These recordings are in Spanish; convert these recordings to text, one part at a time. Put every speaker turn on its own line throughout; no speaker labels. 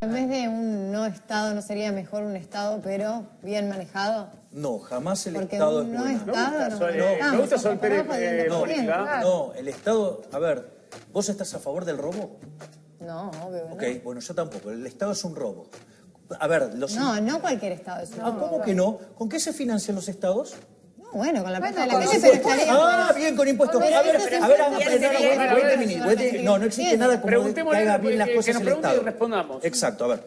En vez de un no Estado, ¿no sería mejor un Estado, pero bien manejado?
No, jamás el
Porque
Estado
un
es
no
bueno.
Estado
gusta
nos
Sol, eh,
manejamos,
me gusta Sol
somos
Pérez,
capaz de
eh,
diez por
No,
cien,
Mónica.
claro.
no, el Estado, a ver, ¿vos estás a favor del robo?
No, obvio. que
Ok, bueno, yo tampoco. El Estado es un robo. A ver, los...
No, no, no cualquier Estado es un
Ah, ¿Cómo que no? ¿Con qué se financian los estados?
No, bueno, con la plata de
con
la
los
gente, pero está bien.
Ah, bien, con impuestos. A
Con
ver, a ver,
impuestos
a ver,
se
a ver,
financian.
no, wait a minute, wait a minute. No, no existe
Entiendo.
nada como que
Preguntémosle,
haga bien las
que- que
cosas
nos
el
pregunte y
Estado.
respondamos.
Exacto, a ver.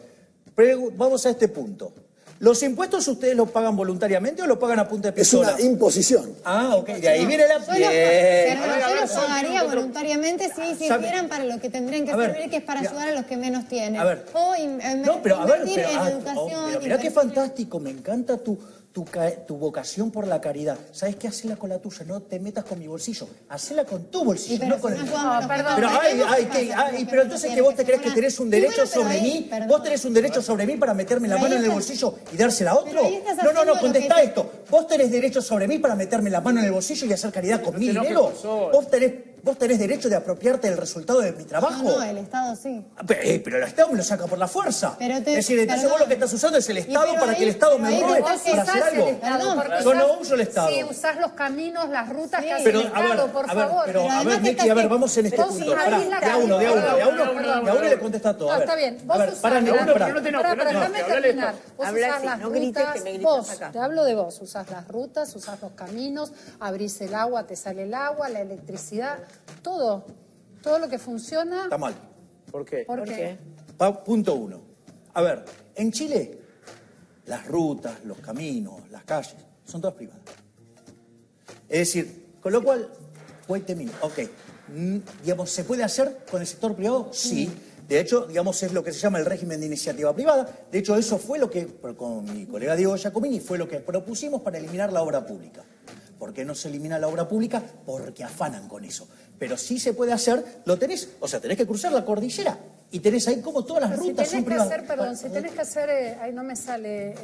Pregu- Vamos a este punto. ¿Los impuestos ustedes los pagan voluntariamente o los pagan a punta de
Es una
pistola?
imposición.
Ah, ok, de ahí viene la...
Yo los-
Bien.
pero yo los pagaría voluntariamente si sirvieran para lo que tendrían que
A ver,
servir, que es para
mira.
ayudar a los que menos tienen.
A ver.
O in- eh,
No, pero a ver,
invertir
pero,
en
ah, oh,
educación.
pero mirá qué
invertir-
fantástico, me encanta tu, tu, ca- tu vocación por la caridad. ¿Sabes qué? Hacela con la tuya, no te metas con mi bolsillo. Hacela con tu
Y
bolsillo,
pero
no
si
con el
no jugamos los
perdón.
Pero,
juegos,
ay,
¿qué
ay,
pasa
que,
con
ay,
los que
pero
no
entonces que
tienen
vos te crees que
ganar?
tenés un
Y
derecho
bueno, pero
sobre
ahí,
mí,
perdón.
vos tenés un derecho sobre mí para meterme la
Pero
mano
ahí
en el
estás-
bolsillo y dársela a otro.
Pero ahí estás
No, no,
haciendo
no,
lo
contestá
que-
esto. Vos tenés derecho sobre mí para meterme la mano en el bolsillo y hacer caridad con
No
mi
te enojes,
dinero.
Sol.
Vos tenés, vos tenés derecho de apropiarte del resultado de mi trabajo.
No, no, el Estado sí.
Ah, Pero, eh, pero el Estado me lo saca por la fuerza.
Pero te-
es decir, entonces
perdón.
vos lo que estás usando es el
Y
Estado
pero
para
ahí-
que el Estado me
ahí
robe
no
para
usás
hacer
el
algo.
Estado, porque
Yo no
usás-
uso el Estado.
Sí, usás los caminos, las rutas que hace
Pero,
el
a ver,
Estado, por
a ver,
favor.
pero, a
además
ver,
que
Miki, a ver,
estás-
vamos en este
Vos
punto.
sí
Pará,
abrís la
de a uno, de a uno, de a
Perdón,
uno.
perdón,
De a uno le
perdón.
contestás todo.
No,
a ver.
está bien. Vos
A ver,
usás
pará, de a
las-
uno, pará.
no te enojes,
Pará,
no te
pará,
enojes,
déjame
hablale,
terminar.
Juan.
Vos
Habla
usás
así,
las
no grites,
rutas,
que me gritas
vos,
acá.
te hablo de vos, usás las rutas, usás los caminos, abrís el agua, te sale el agua, la electricidad, todo. Todo lo que funciona.
Está mal.
¿Por qué?
¿Por qué?
Pa- punto uno. A ver, en Chile, las rutas, los caminos, las calles, son todas privadas. Es decir, con lo cual, wait a minute, ok, mm, digamos, ¿se puede hacer con el sector privado? Sí. De hecho, digamos, es lo que se llama el régimen de iniciativa privada. De hecho, eso fue lo que, por- con mi colega Diego Giacomini, fue lo que propusimos para eliminar la obra pública. ¿Por qué no se elimina la obra pública? Porque afanan con eso. Pero sí se puede hacer, lo tenés, o sea, tenés que cruzar la cordillera y tenés ahí como todas las
Pero si
rutas
tenés
son
que
privadas.
hacer, perdón, si
Bueno,
tenés que hacer, eh, ahí no me sale. eh,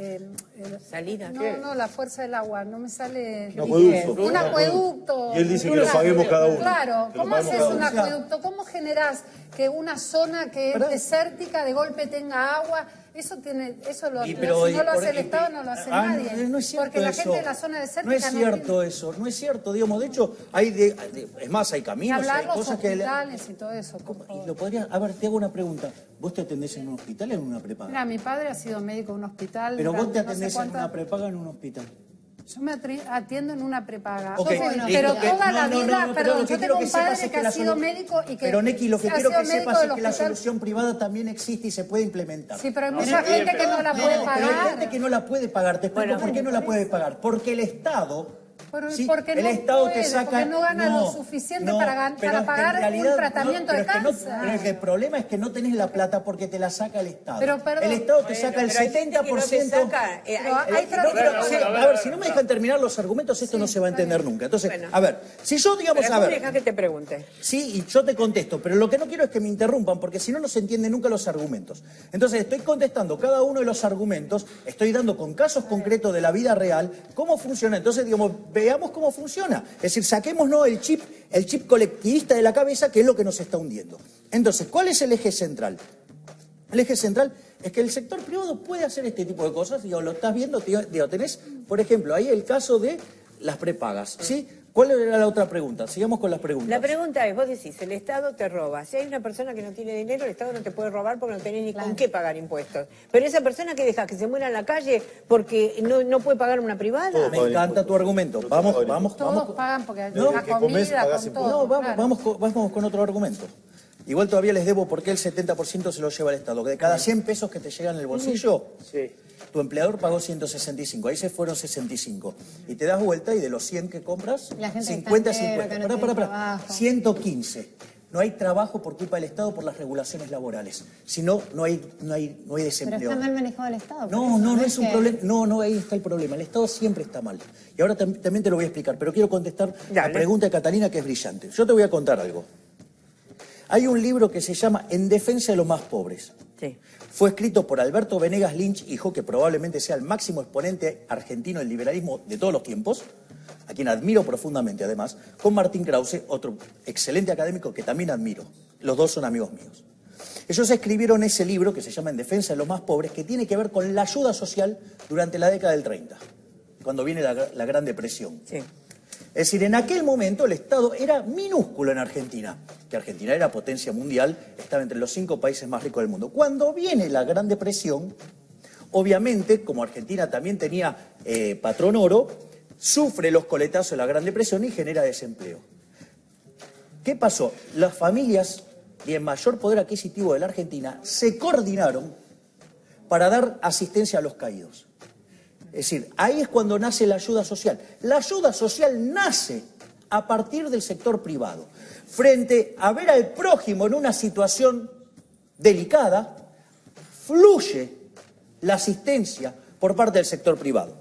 eh,
Salida.
No, no, la fuerza del agua, no me sale.
Acueducto.
Un acueducto.
Y él dice que lo paguemos cada uno.
Claro,
Que lo
¿cómo
paguemos
haces
cada
un
uno.
acueducto? ¿Cómo generás que una zona que
Pará.
es desértica de golpe tenga agua? Eso tiene, eso lo,
Y
lo-
pero,
si no
y
lo hace
por-
el Estado, no lo hace
Ah,
nadie.
no, no es cierto
porque la
eso.
gente de la zona desértica
No es cierto
tiene-
eso, no es cierto, digamos. De hecho, hay de- de- es más, hay
Ni
caminos, hay
hablar los
cosas que... le-
hospitales y todo eso. por
Y
favor.
lo podrías... A ver, te hago una pregunta. ¿Vos te atendés en un hospital o en una prepaga?
Mira, mi padre ha sido médico en un hospital.
Pero vos
durante
te
no sé
atendés en
cuántas-
una prepaga o en un hospital.
Yo me atri- atiendo en Ah, una prepaga.
Ok,
Entonces,
listo,
pero
que-
toda
no, no,
la
no, no,
vida,
pero
perdón,
lo que
yo
quiero
tengo un
sepas
padre
es
que,
la
ha sido
solu-
médico y que.
Pero, Neki, lo que
ha
quiero
sido
que
médico
sepas
del
es que la
hospital.
solución privada también existe y se puede implementar.
Sí, pero hay
No,
mucha
sí,
gente que
pero-
no la
No,
puede
pero hay
pagar.
gente que no la puede pagar. Te explico por qué no la puede pagar. Porque el Estado...
Pero-
sí,
porque
el
no
Estado
puede,
te saca,
porque no gana lo suficiente para gan-
pero es
para
que en
pagar un
realidad no-
tratamiento de
pero es que no-
cáncer.
pero es que el problema es que no tenés la plata porque te la saca el Estado.
Pero, perdón.
el Estado te saca el
Pero hay gente
70%.
que no te saca. eh,
Pero
hay-
hay
hay- no,
No, pero,
no,
o sea,
no,
a ver, si no me dejan terminar los argumentos, esto no se va a entender nunca. Entonces,
Bueno.
a ver, si yo, digamos,
pero
a
vos
ver,
deja que te pregunte.
Sí, y yo te contesto, pero lo que no quiero es que me interrumpan, porque si no, no se entienden nunca los argumentos. Entonces, estoy contestando cada uno de los argumentos, estoy dando con casos concretos de la vida real cómo funciona. Entonces, digamos, veamos cómo funciona. Es decir, saquémonos el chip, el chip colectivista de la cabeza, que es lo que nos está hundiendo. Entonces, ¿cuál es el eje central? El eje central es que el sector privado puede hacer este tipo de cosas, digo, lo estás viendo, digo, digo, tenés, por ejemplo, ahí el caso de las prepagas, ¿sí? ¿Cuál era la otra pregunta? Sigamos con las preguntas.
La pregunta es, vos decís, el Estado te roba. Si hay una persona que no tiene dinero, el Estado no te puede robar porque no tenés ni con qué pagar impuestos. Pero esa persona que deja que se muera en la calle porque no, no puede pagar una privada.
Me encanta tu argumento. Vamos, vamos, vamos.
Todos
con-
pagan porque hay
No,
la
que comés,
comida,
pagás
con
impuestos.
todo.
No, vamos,
claro.
vamos, con, vamos con otro argumento. Igual todavía les debo porque el 70% se lo lleva el Estado. Que de cada 100 pesos que te llegan en el bolsillo,
Sí.
tu empleador pagó 165. Ahí se fueron 65. Y te das vuelta y de los 100 que compras,
La gente que está
50
entera, que
50.
no
Pará,
tiene
pará, pará.
trabajo.
115. No hay trabajo por culpa del Estado por las regulaciones laborales. Si no, no hay, no hay, no hay
Pero
desempleo.
está mal manejado el Estado. por
No,
eso,
no, no es un
que-
problema. No, no, ahí está el problema. El Estado siempre está mal. Y ahora tam- también te lo voy a explicar, pero quiero contestar la
Dale.
pregunta de Catalina que es brillante. Yo te voy a contar algo. Hay un libro que se llama En defensa de los más pobres.
Sí.
Fue escrito por Alberto Venegas Lynch, hijo que probablemente sea el máximo exponente argentino del liberalismo de todos los tiempos, a quien admiro profundamente además, con Martín Krause, otro excelente académico que también admiro. Los dos son amigos míos. Ellos escribieron ese libro que se llama En defensa de los más pobres, que tiene que ver con la ayuda social durante la década del 30, cuando viene la, la Gran Depresión.
Sí.
Es decir, en aquel momento el Estado era minúsculo en Argentina, que Argentina era potencia mundial, estaba entre los cinco países más ricos del mundo. Cuando viene la Gran Depresión, obviamente, como Argentina también tenía eh, patrón oro, sufre los coletazos de la Gran Depresión y genera desempleo. ¿Qué pasó? Las familias de mayor poder adquisitivo de la Argentina se coordinaron para dar asistencia a los caídos. Es decir, ahí es cuando nace la ayuda social. La ayuda social nace a partir del sector privado. Frente a ver al prójimo en una situación delicada, fluye la asistencia por parte del sector privado.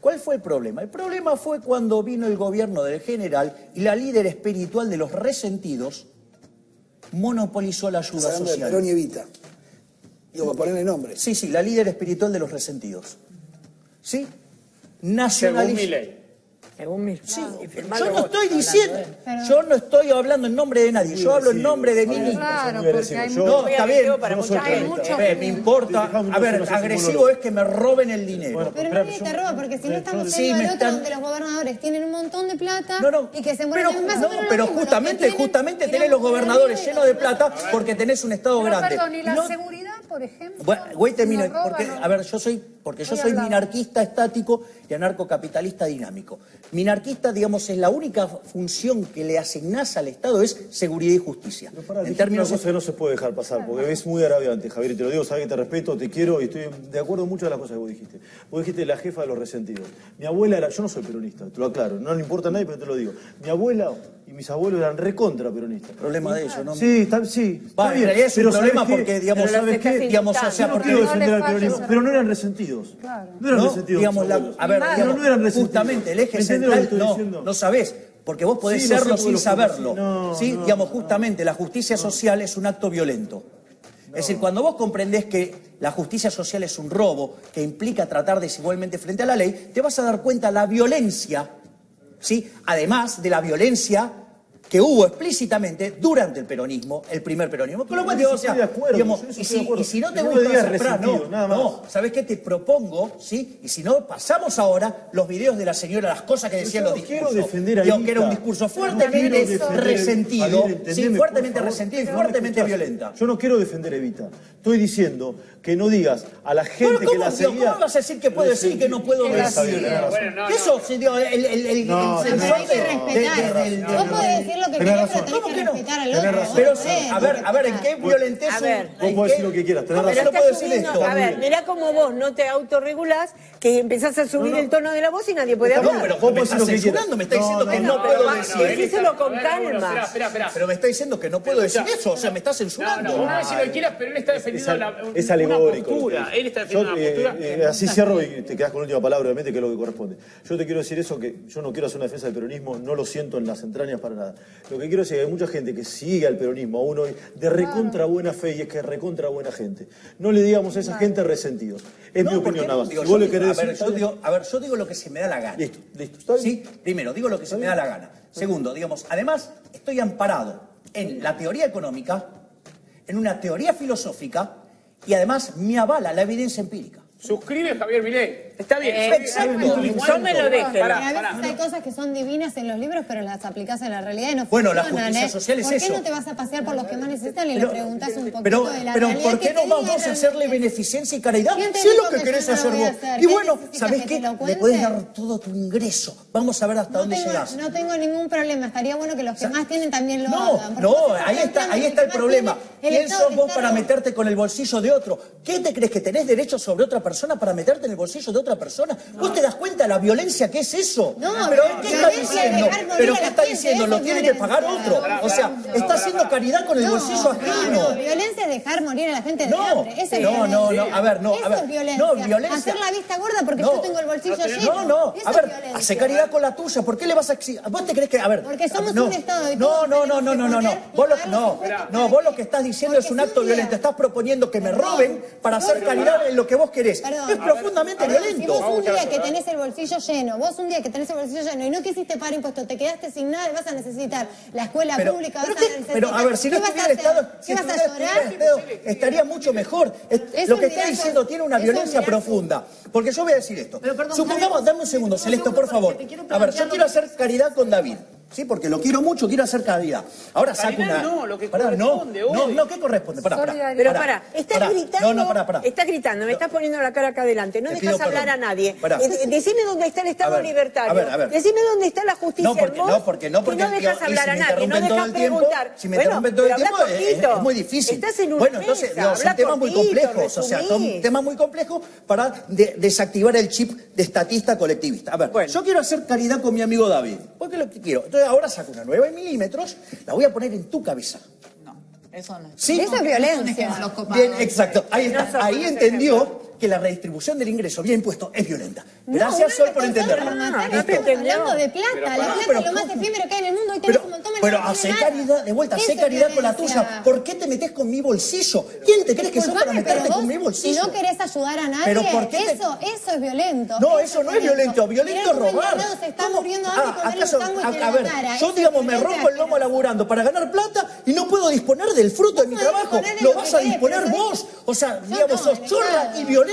¿Cuál fue el problema? El problema fue cuando vino el gobierno del general y la líder espiritual de los resentidos monopolizó la ayuda
Hablando de
social.
Perón y Evita. Digo, ponerle nombre.
Sí, sí, la líder espiritual de los resentidos. ¿Sí?
Según
Nacionalista.
mi ley.
Según mi. Sí,
Yo no estoy diciendo, yo no estoy hablando en nombre de nadie, yo hablo en nombre de mí mismo.
Claro,
Muy
porque hay mucho-
agresivo. Yo-
No, está bien,
Para
no
mucha
soy
hay
gente.
mucho-
Eh, me importa. A ver, agresivo es que me roben el dinero.
Pero nadie te roba, porque si no estamos
Sí,
en
me
al otro
están-
donde los gobernadores tienen un montón de plata
No, no,
y que se
pero,
mueren
ju-
más
no,
o menos lo
pero
mismo, los que
justamente,
tienen,
justamente
tiramos
tenés los
por arriba
gobernadores
y
llenos de
los
plata porque tenés un Estado
Pero,
grande.
perdón, ¿y la
No-
seguridad, por ejemplo?
Bueno, güey, te miro,
Nos roban,
porque,
¿no?
a ver, yo soy, porque yo
Hoy
soy
hablamos.
minarquista estático y anarcocapitalista dinámico. Minarquista, digamos, es la única función que le asignás al Estado es seguridad y justicia.
Pero pará,
en
dijiste
términos
una cosa que no se puede dejar pasar, porque es muy agraviante, Javier, y te lo digo, sabes que te respeto, te quiero y estoy de acuerdo en muchas de las cosas que vos dijiste. Vos dijiste la jefa de los resentidos. Mi abuela era, yo no soy peronista, te lo aclaro, no le importa a nadie, pero te lo digo. Mi abuela y mis abuelos eran recontra peronistas.
problema de ellos, ¿no?
Sí, está, sí, está
Va, en
bien,
realidad es un
pero ¿sabés
problema
qué?
porque, digamos,
Pero
¿sabes
las
qué?
estás
Digamos, o
invitando.
sea,
No
porque
quiero
no
defender
le
al
falles
peronismo,
a-
pero no eran resentidos.
Claro.
No eran
¿no?
resentidos.
digamos,
mis
la-
abuelos.
a ver,
Pero
digamos,
no eran resentidos.
justamente el eje
¿Me entendés lo que
central
estoy
no,
diciendo?
no sabés, porque vos podés
Sí, lo sé
serlo
porque
sin
lo conocí.
saberlo.
No,
¿sí?
no,
digamos, justamente la justicia social es un acto violento. Es decir, cuando vos comprendés que la justicia social es un robo que implica tratar desigualmente frente a la ley, te vas a dar cuenta la violencia, ¿sí? Además de la violencia que hubo explícitamente durante el peronismo, el primer peronismo. Con lo cual,
Yo
digo, o
estoy
sea,
de acuerdo,
digamos,
yo
y,
estoy de
si,
acuerdo.
y si no te
Que no lo
gusta
digas
esa frase, no,
resentido, nada más.
no, ¿Sabes qué te propongo? ¿Sí? Y si no, pasamos ahora los videos de la señora, las cosas que decían
yo
los
no quiero
discursos.
defender a
Digo,
Evita.
que era un discurso
Yo no
fuertemente
quiero defender-
resentido,
Javier,
sí,
entendeme,
fuertemente
por favor.
resentido y
Pero
fuertemente
no me escuchás.
violenta.
Yo no quiero defender a Evita. Estoy diciendo que no digas a la gente
Bueno,
que
¿cómo,
la
digo,
seguía...
¿Cómo vas a decir que puedo decir y que no puedo
Está bien,
decir?
tenés razón.
Que Eso, sí, digo, el, el, el- el
No, tenés
sensor
Hay que
de- de-
respetar.
del-
Vos podés decir lo que
Tenés
querés,
razón.
pero tenés que respetar al
Tenés
otro.
razón.
Pero,
vos podés
a ver, a ver, ¿en qué
respetar.
violentez?
A
¿en
ver.
Vos podés
qué-
decir lo que quieras, tenés
No, pero
razón.
no
Pero
puedo
estás
decir
subiendo-
esto.
A ver, mirá cómo vos no te autorregulás, que empezás a subir
No, no.
el tono de la voz y nadie puede
Estamos-
No,
hablar.
pero
Vos
me
podés
está
decir lo que
censurando,
quieras.
me está diciendo
No,
que
no,
no puedo
va-
decir.
Decíselo con
A ver, Bruno,
calma.
Espera, espera, espera.
Pero me está diciendo que no puedo decir
escuchá.
eso, o sea, me está
No,
censurando.
no, vos decís lo que quieras, pero él está defendiendo
al-
la, una
es alegórico.
postura. Él está
Yo,
defendiendo una
eh,
postura.
eh, así cierro y te quedas con la última palabra, obviamente, que es lo que corresponde. Yo te quiero decir eso, que yo no quiero hacer una defensa del peronismo, no lo siento en las entrañas para nada. Lo que quiero decir es que hay mucha gente que sigue al peronismo, a uno de recontra buena fe y es que es recontra buena gente. No le digamos a esa gente resentidos. Es mi
No, porque
opinión
no,
nada más.
digo,
Si vos
yo
le
digo-
querés
a ver,
decir,
yo digo, a ver, yo digo lo que se me da la gana.
Listo, listo. Está bien.
¿Sí? Primero, digo lo que se me da la gana. Segundo, digamos, además estoy amparado en la teoría económica, en una teoría filosófica y además me avala la evidencia empírica.
Suscribe Javier Milei. Está bien.
Eh,
exacto,
No me lo dejes.
Y a veces hay cosas que son divinas en los libros, pero las aplicás en la realidad y no
Bueno, la
funcionan,
justicia
¿eh?
social es
¿Por qué
eso.
no te vas a pasear por los que más necesitan y le
Pero-
preguntás un poquito
Pero,
de la
pero
realidad
¿por
que
qué no
te
vamos
digan?
a hacerle beneficencia y caridad?
¿Quién te
Si es
dijo
lo que
que
querés
yo no
hacer
voy a
vos.
hacer?
Y
¿Qué
bueno,
necesitas
¿sabés
que
qué?
te lo
Le podés
cuente?
dar todo tu ingreso. Vamos a ver hasta
No
dónde
tengo,
llegás.
no tengo ningún problema, estaría bueno que los que más tienen también lo
No,
hagan. porque
no,
vos estás
ahí está,
hablando
ahí
de
está el
que más
problema.
tiene el
¿Quién
Estado
sos
que
vos
está
para
roto.
meterte con el bolsillo de otro? ¿Qué te crees que tenés derecho sobre otra persona para meterte en el bolsillo de otra persona? ¿Vos te das cuenta de la violencia que es eso?
No,
pero
no,
¿qué
no,
está
no,
diciendo?
dejar morir
¿Pero
a
qué
la
está
gente,
diciendo?
eso
Lo
es
tiene que pagar
violencia.
otro. O sea, está haciendo caridad con el
No,
bolsillo
no,
ajeno.
violencia es dejar morir a la gente de
No,
hambre. Eso es
no, no,
violencia.
no, a ver, no, a
Eso
ver,
es violencia.
no, violencia.
Hacer la vista gorda porque
No, Ah,
yo tengo el bolsillo lleno.
No, no,
Eso
a
es
ver,
violencia.
hace caridad con la tuya, ¿por qué le vas a exigir? ¿Vos te crees que, a ver,
Porque somos
no,
un Estado y
no,
todos
no, no,
tenemos
no,
que
no, no,
poner y
vos lo,
pagar los
no,
impuestos
no,
para
vos lo
que-
que estás diciendo
Porque
es un
si un
acto
día-
violento. Estás proponiendo que me
Perdón.
roben para hacer
Perdón.
calidad en lo que vos querés.
Perdón.
Es
A ver,
profundamente
Perdón,
violento.
Si vos un
Vamos a
día
escuchar
que
la
tenés el bolsillo lleno, vos un día que tenés el bolsillo lleno y no quisiste pagar impuestos, te quedaste sin nada y vas a necesitar la escuela
Pero,
pública,
pero
vas
qué-
a necesitar...
pero, a ver, si no
¿Qué vas a
estuviera el
hacer?
Estado, si
¿Qué vas
estuviera-
a
estuviera el
llorar?
Estado, estaría mucho mejor. Es-
Es
lo
un
que está
mirazo.
diciendo tiene una
Es un
violencia
mirazo.
profunda. Porque yo voy a decir esto.
Pero, perdón,
Supongamos,
dame-
dame un segundo,
un
Celesto,
segundo,
por favor.
porque te quiero
A ver, yo
plantear
quiero
lo que-
hacer caridad con David. Sí, porque lo quiero mucho, quiero hacer caridad. Ahora saco
Caridad
una.
no, lo que
Pará, no,
corresponde,
no,
obvio.
no, ¿qué corresponde? Pará, pará,
Solidaridad.
Pero
pará,
pará, estás
pará.
gritando,
No, no, pará, pará.
estás gritando, me estás poniendo la cara acá adelante, no
Te
dejas
pido
hablar
perdón.
a nadie.
Pará.
Eh, de- decime dónde está el Estado
A ver,
libertario.
a ver, a ver.
Decime dónde está la justicia.
No, porque
en vos,
no, porque no,
que
porque
no dejas
yo- y
hablar
si
a
me
nadie, no
interrumpen todo
dejas
el tiempo,
preguntar.
si me
Bueno,
interrumpen todo el
pero habla
tiempo, es, es-
cortito.
es muy difícil.
Estás en un
bueno, entonces, no, es un tema muy complejo, o sea, es un tema muy complejo para de- desactivar el chip de estatista colectivista. A ver,
Bueno.
yo quiero hacer caridad con mi amigo David. ¿Por qué lo que quiero? Entonces ahora saco una 9 milímetros, la voy a poner en tu cabeza.
No, eso no.
¿Sí?
Eso es
Son ejemplos
violencia.
copados.
Bien, exacto. Ahí, está.
No son
Ahí
buenos
entendió que la redistribución del ingreso bien puesto es violenta.
No,
Gracias,
no,
Sol, por
no,
entenderlo. Este,
no, no, no,
Listo.
Estamos hablando de plata.
Pero
la
pará,
plata
pero
es lo más
¿cómo?
efímero que hay en el mundo y tenés
Pero,
un montón de gente
pero
que no
hace
tiene nada.
caridad, de vuelta,
Eso
hace
es
caridad con la
violencia.
tuya. ¿Por qué te metes con mi bolsillo? ¿Quién te crees que sos para
Disculpame,
meterte
pero
con
vos,
mi
si
bolsillo?
no querés ayudar a nadie,
Pero ¿por qué te-
eso, eso es violento.
No, eso no es violento.
Mirá
Violento es
cómo
robar.
envenenado Se está
¿Cómo?
muriendo alguien
Ah,
con darle
acaso-
un tango y
a,
te
a
la
ver,
cara.
yo,
Eso
digamos,
es
me
violencia
rompo el lomo
ajena.
laburando para ganar plata y no puedo disponer del fruto de mi
podés
trabajo.
disponer de
Lo
lo
vas
que
a
querés,
disponer
pero
vos. O sea,
Yo
digamos,
no,
sos
me
chorra
cago.
y violenta.
Ah,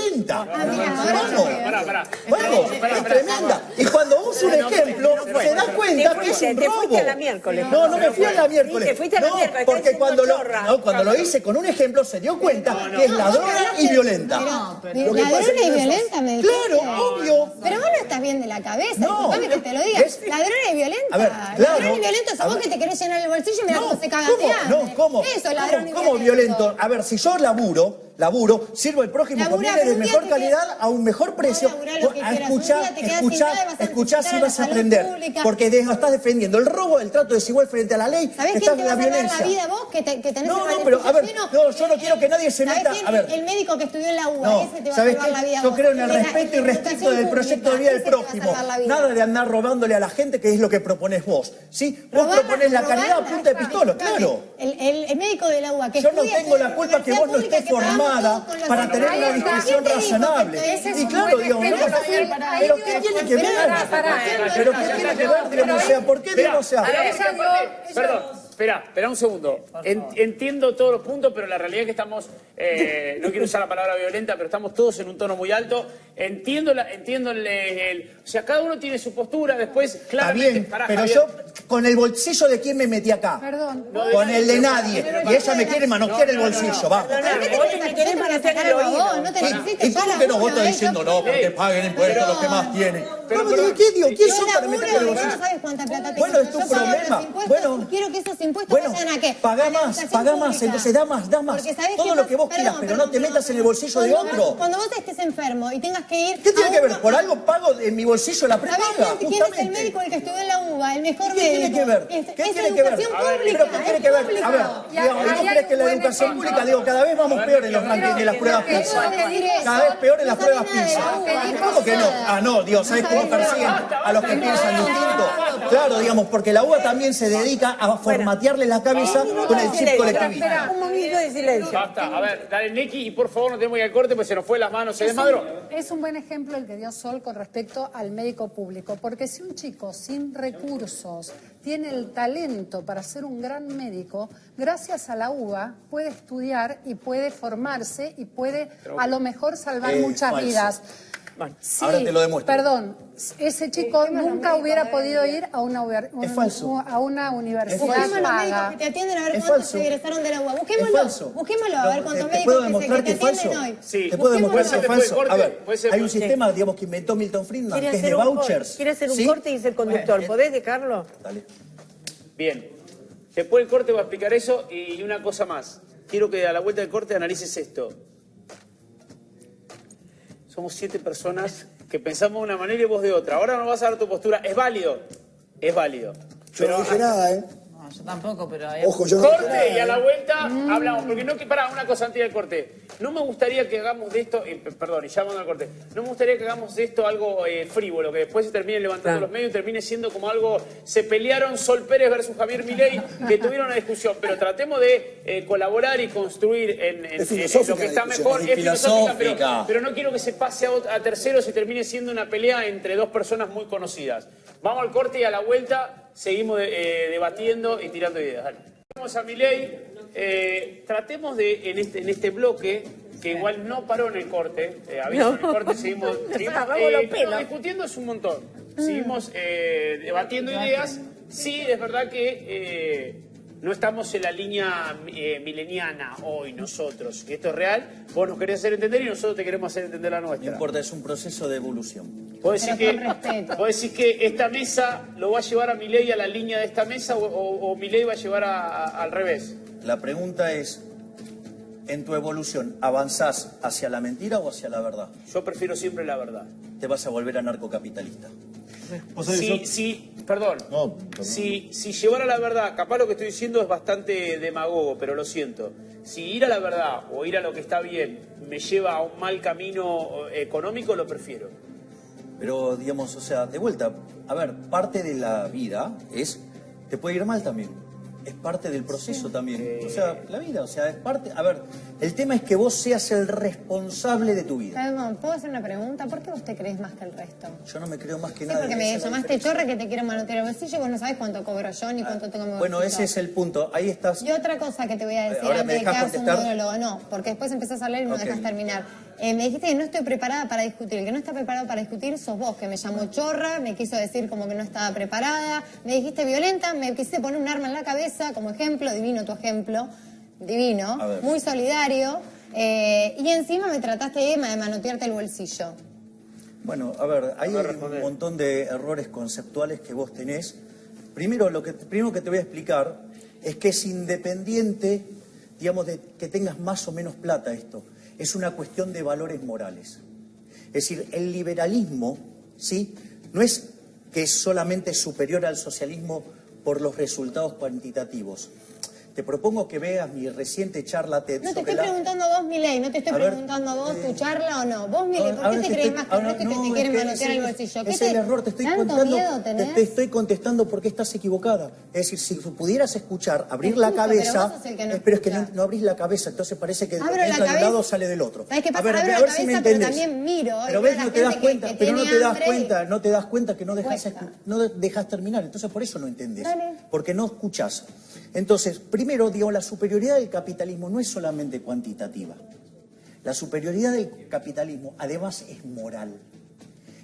mirá, ahora
Vamos.
sí.
Pará, pará.
Vamos,
Pará,
es
pará.
tremenda. Y cuando vos un ejemplo, te das cuenta que es un
Te fuiste, te fuiste
robo.
a la miércoles.
No, no me fui a la
Sí,
miércoles.
te fuiste a la
No,
miércoles, estás
Porque
diciendo
cuando lo,
chorra.
no, cuando lo hice con un ejemplo se dio cuenta que es
No, vos
ladrona
hablaste-
y violenta.
Pero,
Lo que pasa
ladrona
es que
y
no es-
violenta, me dijiste.
Claro, obvio.
Pero vos no estás bien de la cabeza,
No.
disculpame que te lo diga.
¿Ves?
Ladrona y violenta.
A ver, claro.
Ladrón y violento
A
sos vos
ver.
que te querés llenar el bolsillo y mirá
No,
cómo se caga
¿cómo?
de hambre.
No, ¿cómo?
Eso,
¿Cómo?
ladrón y
¿Cómo violento? A ver, si yo laburo, laburo, sirvo al prójimo con
Laburá,
bienes de
pero un día
mejor
te
calidad
quedas-
a un mejor precio.
Vos laburá lo que
Ah,
quieras, un
Escuchá,
día te quedás sin
escuchá,
nada y vas a
escuchá
necesitar a
si
la
vas a
salud
aprender.
pública.
Porque de- estás defendiendo el robo, el trato desigual frente a la ley,
¿Sabés
estás
quién te
en
va a
la
salvar
violencia.
la vida vos que, te- que tenés
No,
el
no,
bolsillo
pero, a ver,
lleno?
no, yo no quiero que nadie se
¿Sabés
meta-
quién?
a ver.
El médico que estudió en la UBA,
No,
ese te va a
¿sabes
salvar
qué?
la vida. a
Yo
vos.
creo en el
La-
respeto y
la
respeto
educación
del proyecto de vida del
pública, ese te va a
prójimo.
salvar la vida.
Nada de andar robándole a la gente, que es lo que propones vos. ¿Sí? Vos
Robarla,
propones la
robarla,
caridad a punta de
disculpame,
pistola,
disculpame.
claro.
El, el- el médico de la UBA que
Yo no
estudia
tengo
en
la culpa que vos no
universidad
estés
pública, que pagamos
formada
todos con los
para
impuestos.
tener una
Ahí está.
discusión
¿Quién te dijo que
razonable.
te- ese es
Y
un
claro,
buen
digo, no,
ejemplo,
pero-
Daniel, para
pero
ellos.
¿qué tiene que ver?
Pará, pará.
¿Pero qué tiene que ver? digamos, O sea, ¿por qué
Esperá,
digo, o sea?
esperá,
ella
porque
dio-
aparte-
ella-
Perdón, espera, espera un segundo. En- entiendo todos los puntos, pero la realidad es que estamos, eh, no quiero usar la palabra violenta, pero estamos todos en un tono muy alto. Entiendo, la, entiendo el, el- o sea, cada uno tiene su postura, después
Está
claramente...
bien,
pará,
pero
Javier.
yo con el bolsillo de quién me metí acá.
Perdón.
No,
Con
de-
el de nadie.
Pero
Y
pará.
ella me quiere manotear el
No, no, no,
bolsillo,
no.
va.
¿Por qué te
Vos
querés
me
hacer
querés
para
manotear
sacar
el
a vos?
oído.
No
Sí,
te
¿Y tú que no vos estás diciendo no? Porque paguen impuestos los que más tienen.
Pero-
¿Cómo te digo? ¿Qué digo? ¿Quién
Yo
sos para
laburo
meterme en el
y
bolsillo?
no sabes cuánta plata
Bueno,
tengo.
es tu
Yo pago
problema.
los impuestos
Bueno.
y quiero que esos impuestos
Bueno,
vayan a qué?
pagá
A la
más,
educación
pagá más,
pública.
entonces da más, da más.
Porque ¿sabés
Todo
qué
lo
pasa?
que vos quieras, pero no te metas en el bolsillo de
Cuando vos-
otro.
Cuando vos estés enfermo y tengas que ir
¿Qué tiene
a
que ver?
uno-
Por algo pago en mi bolsillo la
¿Sabés quién, quién
prepaga,
es el médico
justamente.
el que estudió en la UBA? El mejor
¿Qué tiene
médico.
que ver?
Es,
¿Qué
es
tiene que ver?
educación
A ver,
pública.
pero ¿qué tiene
es
que ver?
público.
A ver,
Y
digo,
ahí
¿y
hay
¿tú crees
un
que la
buen
educación
ejemplo.
pública, digo, cada vez vamos peor en los rankings de las pruebas
Quiero
PISA?
decir
Cada vez peor en las
No
pruebas
sabe nada de
PISA.
eso.
¿Cómo que no? Ah, no, Dios, ¿sabes cómo
sabe nada.
persiguen a los que piensan distinto? Claro, digamos, porque la UBA también se dedica a formatearle la cabeza con el chip colectivista.
Un momento de silencio.
Basta, a ver, dale Neki y por favor no tenemos que ir al corte porque se nos fue las manos,
Eh,
se desmadró.
Es un buen ejemplo el que dio Sol con respecto al médico público, porque si un chico sin recursos tiene el talento para ser un gran médico, gracias a la UBA puede estudiar y puede formarse y puede a lo mejor salvar
Eh,
muchas
falso.
vidas.
ahora te lo demuestro.
Perdón, ese chico nunca hubiera podido ir a una, uber-
Es
un-
falso.
a una universidad
Busquemos los médicos
paga.
que te atienden a ver
Es
cuántos
falso.
se egresaron de la UBA.
Es falso.
Busquémoslo. Busquémoslo a ver
No,
cuántos
te- te puedo
médicos que, se-
demostrar
que
que
te
es falso.
atienden hoy.
Sí.
Te puedo
Busquémoslo.
demostrar que es
Puede ser
falso. A
después del
ver,
corte, puede ser
hay un
después.
sistema, digamos, que inventó Milton Friedman,
Quiere
que es
hacer
de
un
vouchers.
corte, quiere hacer un
¿sí?
corte, dice el conductor.
Bueno,
¿Podés dejarlo?
dale.
Bien. Después del corte voy a explicar eso y una cosa más. Quiero que a la vuelta del corte analices esto. Somos siete personas que pensamos de una manera y vos de otra. Ahora no vas a dar tu postura. Es válido. Es válido.
Yo no dije nada, ¿eh?
No, yo tampoco, pero...
Ojo, Pues yo no dije nada. ¿eh? Mm.
Corte y a la vuelta hablamos. Porque no que pará, una cosa antes del corte. No me gustaría que hagamos de esto, eh, p- perdón, y ya mando al corte, no me gustaría que hagamos de esto algo eh, frívolo, que después se termine levantando
Claro.
los medios y termine siendo como algo, se pelearon Sol Pérez versus Javier Milei, que tuvieron una discusión, pero tratemos de eh, colaborar y construir en, en- en- en lo
filosófica
que
la
está
discusión,
mejor,
es
es filosófica, pero-
filosófica.
pero no quiero que se pase a, ot- a terceros y termine siendo una pelea entre dos personas muy conocidas. Vamos al corte y a la vuelta seguimos de- eh, debatiendo y tirando ideas. Dale. Vamos a Milei. Eh, tratemos de, en este, en este bloque, que igual no paró en el corte, eh, aviso, en el
No.
corte seguimos, Eh,
Nos
seguimos,
agarramos los
no,
pelos.
discutiendo es un montón.
Mm.
Seguimos eh, debatiendo ideas. Sí, es verdad que eh, no estamos en la línea eh, mileniana hoy nosotros. que Esto es real. Vos nos querés hacer entender y nosotros te queremos hacer entender la
No
nuestra.
importa, es un proceso de evolución.
¿Vos decís,
Pero
que,
con respeto.
vos decís que esta mesa lo va a llevar a Milei a la línea de esta mesa o, o, o Milei va a llevar a- a- al revés?
La pregunta es, en tu evolución, ¿avanzás hacia la mentira o hacia la verdad?
Yo prefiero siempre la verdad.
Te vas a volver anarcocapitalista.
Vos sabés,
Sí,
yo-
sí, perdón.
No, perdón.
Si, si llevar a la verdad, capaz lo que estoy diciendo es bastante demagogo, pero lo siento. Si ir a la verdad o ir a lo que está bien me lleva a un mal camino eh, económico, lo prefiero.
Pero, digamos, o sea, de vuelta, a ver, parte de la vida es, te puede ir mal también. Es parte del proceso también. O sea, la vida, o sea, es parte, a ver, el tema es que vos seas el responsable de tu vida.
Edmond, ¿puedo hacer una pregunta? ¿Por qué vos te crees más que el resto?
Yo no me este creo más que
Sí,
nada.
porque me llamaste chorra que te quiero manotear el bolsillo y vos no sabes cuánto cobro yo ni cuánto tengo en mi
Bueno,
bolsillo.
ese es el punto. Ahí estás.
Y otra cosa que te voy a decir
Eh, Ahora, ¿me
antes de que
dejás
hagas un
contestar?
monólogo, no, porque después empezás a hablar y no me
Ok.
dejas terminar. Eh, me dijiste que no estoy preparada para discutir, El que no está preparado para discutir sos vos, que me
Ah.
llamó chorra, me quiso decir como que no estaba preparada, me dijiste violenta, me quisiste poner un arma en la cabeza como ejemplo, divino tu ejemplo, divino,
A ver.
muy solidario, eh, y encima me trataste Emma de manotearte el bolsillo.
Bueno, a ver, hay
A ver,
un
responde.
montón de errores conceptuales que vos tenés. Primero, lo que, primero que te voy a explicar es que es independiente, digamos, de que tengas más o menos plata esto. Es una cuestión de valores morales. Es decir, el liberalismo, ¿sí? No es que es solamente superior al socialismo por los resultados cuantitativos. Te propongo que veas mi reciente charla TED
No te
sobre
estoy
la-
preguntando a vos, Milei, no te estoy
A ver,
preguntando a vos
eh,
tu charla o no. Vos, Milei, ¿por
Ahora
qué te
te
crees
estoy-
más que el
ahora
resto y que
no,
te
es
quieren
que
manotear
ese
el
es-
bolsillo? ¿Qué
ese
te-
es el error, te estoy
¿Tanto
contando.
miedo
te-
tenés?
te estoy contestando porque estás equivocada. Es decir, si tú pudieras escuchar, abrir la
Escucho, pero
cabeza,
vos sos el que no
eh, pero es que
escucha.
no, no abrís la cabeza, entonces parece que lo
Abro
que
la
entra de un
cabeza.
lado sale del otro.
¿Sabes qué pasa?
A ver,
Abro
ve-
la
a ver si me
cabeza, pero
entendés.
también miro, y veo
Pero ves,
a la
no te das
gente que-
cuenta,
que
pero no
tiene
te das
hambre y-
cuenta, no te das cuenta que no dejas,
Cuesta.
escu- no de- dejas terminar, entonces por eso no entendés,
Dale.
porque no escuchás. Entonces, primero digo, la superioridad del capitalismo no es solamente cuantitativa. La superioridad del capitalismo, además, es moral.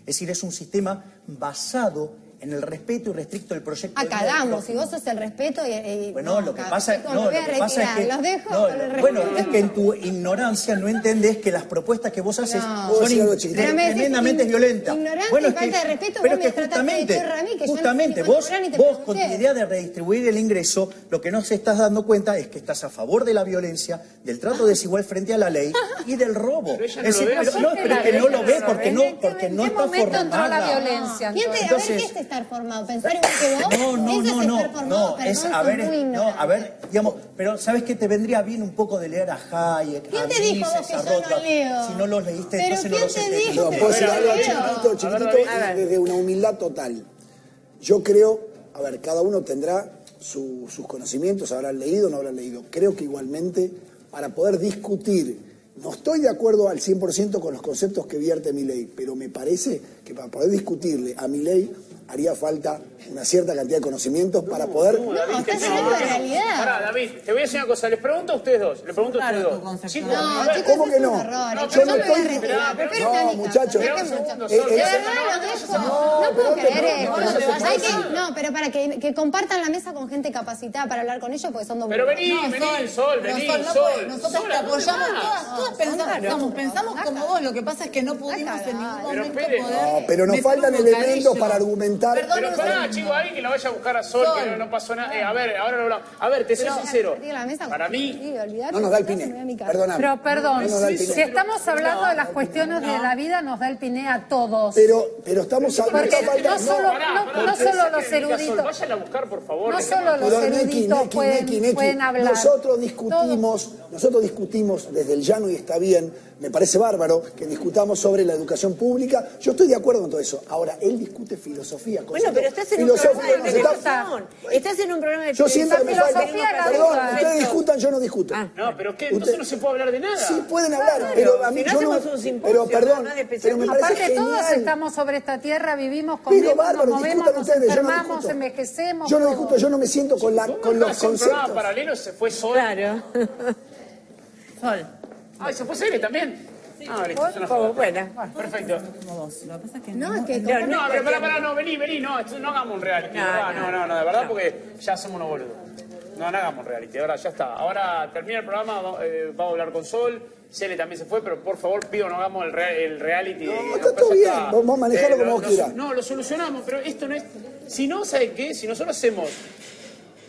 Es decir, es un sistema basado en el respeto y restricto del proyecto. de vida del
Acabamos, si
prójimo.
vos sos el respeto y... y- no,
Bueno, lo que
acá-
pasa,
chicos,
no,
me
lo
voy a
que pasa es
retirar.
que,
Los dejo
no,
con
lo-
el respeto.
bueno, es que en tu ignorancia no entendés que las propuestas que vos haces
No.
Puedo
son
decir
in-
algo chiquitito.
Pero me decís
tremendamente
ign-
violentas.
ignorante
Bueno,
y
es que-
falta de respeto,
pero
vos
es que
me trataste de
justamente,
chorra a mí, que yo no sé
justamente
ni cuánto
vos,
cobrás ni te
vos con tu
pregunté.
idea de redistribuir el ingreso, lo que no se estás dando cuenta es que estás a favor de la violencia, del trato desigual frente a la ley y del robo.
Pero ella no
es
lo ve,
pero-
así.
no, pero es que no lo ve
Ella no lo
porque
ve.
no, porque no
este
¿En qué
está
momento entró la
formada.
violencia?
¿Quién te- a ver,
Entonces-
¿qué es estar formado? ¿Pensar igual que vos?
No,
Eso
no, no,
es
no,
estar formado,
no, es
perdón,
a ver,
sos muy
es- no,
ignorante.
a ver, digamos, pero sabes que te vendría bien un poco de leer a Hayek,
¿Quién
a
te dijo vos
Mises,
que
a
yo no
Rothbard.
leo?
Si no los leíste,
¿Pero
entonces no
quién
los
te
entendiste.
digo
No, puedo
pues,
decir
Pero,
algo
a ver,
chiquitito,
a ver,
chiquitito,
David.
A ver.
desde una humildad total. Yo creo, a ver, cada uno tendrá su- sus conocimientos, habrán leído o no habrán leído. Creo que igualmente, para poder discutir, no estoy de acuerdo al 100% con los conceptos que vierte mi ley, pero me parece que para poder discutirle a mi ley haría falta una cierta cantidad de conocimientos para poder...
No, David,
estás
te-
hablando de realidad.
Pará, David, te voy a decir una cosa. Les pregunto a ustedes dos. Les pregunto a
Claro,
ustedes
tu
dos.
concepto.
Chicos,
No,
a ver,
chicos,
¿cómo
es
que
un
no?
error.
No,
Yo me
yo no
voy a
estoy-
retirar. Prefiero
No,
estar en mi casa.
muchachos.
Saquen
Pero un segundo,
mucho.
Sol,
De
¿qué
verdad,
haces?
lo dejo.
Eh,
No
No,
puedo
pero no te-
creer esto.
no, no te
Hay
vayas.
que- No, pero para que, que compartan la mesa con gente capacitada para hablar con ellos, porque son dos
Pero
burros.
vení,
No,
vení,
Sol,
Sol,
no,
vení,
Sol, no
Sol.
puede. Nosotras
Sol,
te
¿a dónde
apoyamos
vas?
todas, todas pensamos, como- pensamos como vos, lo que pasa es que no pudimos en ningún
Acá,
momento
acá.
poder...
Pero, Pérez.
Pero nos
meter
faltan
un
elementos
bocadillo.
para comentar.
Pero pará, chico, alguien que la vaya a buscar a Sol,
Sol.
que no, no pasó nada. Eh, a ver, ahora lo hablamos. A ver, te soy sincero. Para mí,
No nos da el pine. Perdóname.
Pero perdón,
No nos da el
si
piné.
estamos hablando de las cuestiones de la vida, nos da el piné a todos.
Pero, pero estamos hablando.
Porque
falta-
no solo-
pará,
no-
pará,
no
ustedes
solo
se
los
creen que Sol,
eruditos.
Vayan a buslar, por favor.
No
que
solo los
Pero Neki,
eruditos
Neki,
pueden,
Neki, Neki.
pueden hablar.
Nosotros discutimos, nosotros discutimos desde el llano y está bien, me parece bárbaro que discutamos sobre la educación pública. Yo estoy de acuerdo en todo eso. Ahora, él discute filosofía.
Bueno,
conceptos
pero estás en un programa de
filosóficos, nos está-
televisión. Estás en un programa de
Yo siento que me falta.
filosofía la
Perdón,
duda.
ustedes discutan, yo no discuto.
Ah.
No, pero ¿qué? Entonces
Usted-
no se puede hablar de nada.
Sí, pueden hablar,
Claro,
pero a mí
si no
yo no.
hacemos un simposio,
pero perdón,
nada de
pero me parece
Aparte,
genial.
todos estamos sobre esta tierra, vivimos,
Pero
comemos,
bárbaro,
nos movemos,
discutan
nos
ustedes, yo no
enfermamos,
discuto.
envejecemos.
Yo no
todo.
discuto, yo no me siento con, la,
¿Cómo
con
estás
los
en un programa
conceptos.
paralelo se fue Sol.
Claro.
Sol.
Ah, se fue Cere también. Ah, listo, es una
Como,
joda.
bueno.
Perfecto.
Como vos. Lo que pasa es que
No, es que
No,
No,
no,
pero pará, pará, no, vení, vení, no, esto- no hagamos un reality,
No,
de verdad,
no,
no, no, no, de verdad porque ya somos unos boludos. No, no hagamos un reality, ahora ya está. Ahora termina el programa, va- eh, vamos a hablar con Sol, Cele también se fue, pero por favor, pido, no hagamos el, re- el reality.
No,
eh,
está
no, ya
todo
Eh,
bien, vos- vos manejalo
lo-
como vos
lo-
quieras.
No, lo solucionamos, pero esto no es... Si no, ¿sabes qué? Si nosotros hacemos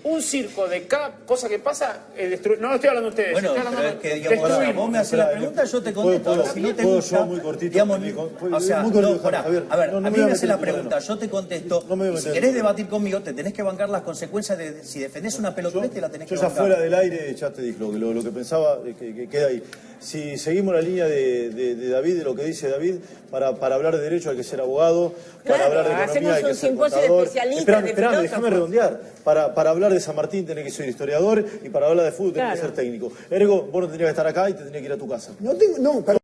un circo de cada cosa que pasa, eh, destru- no lo estoy hablando de ustedes.
Bueno,
estoy
pero
hablando
es que,
de-
digamos, ahora
destruimos.
vos me haces la pregunta, yo te contesto.
¿eh? Puedo-
Ahora, si no te
puedo
gusta,
yo muy cortito,
digamos,
me dijo-
o sea,
muy cortito,
no, pará,
Javier.
a ver,
No, no
a
me
mí
voy a
me haces
meter
la
en tu
pregunta, yo te contesto.
No me voy a
y si
meter en
querés
tu
debatir conmigo, te tenés que bancar las consecuencias de si defendés una pelotudez, te la tenés
Yo
que
ya
bancar.
fuera del aire ya te dije lo, lo- lo que pensaba, eh, que, que queda ahí. Si seguimos la línea de, de- de David, de lo que dice David, para, para hablar de derecho hay que ser abogado, para
Claro,
hablar de economía
hacemos
hay que
un
ser
simposio de
contador.
especialistas,
Esperame,
de
esperame,
filósofos.
déjame redondear. Para, para hablar de San Martín tenés que ser historiador y para hablar de fútbol tenés que
Claro.
ser técnico. Ergo, vos no tenías que estar acá y te tenías que ir a tu casa.
No tengo, no, perdón.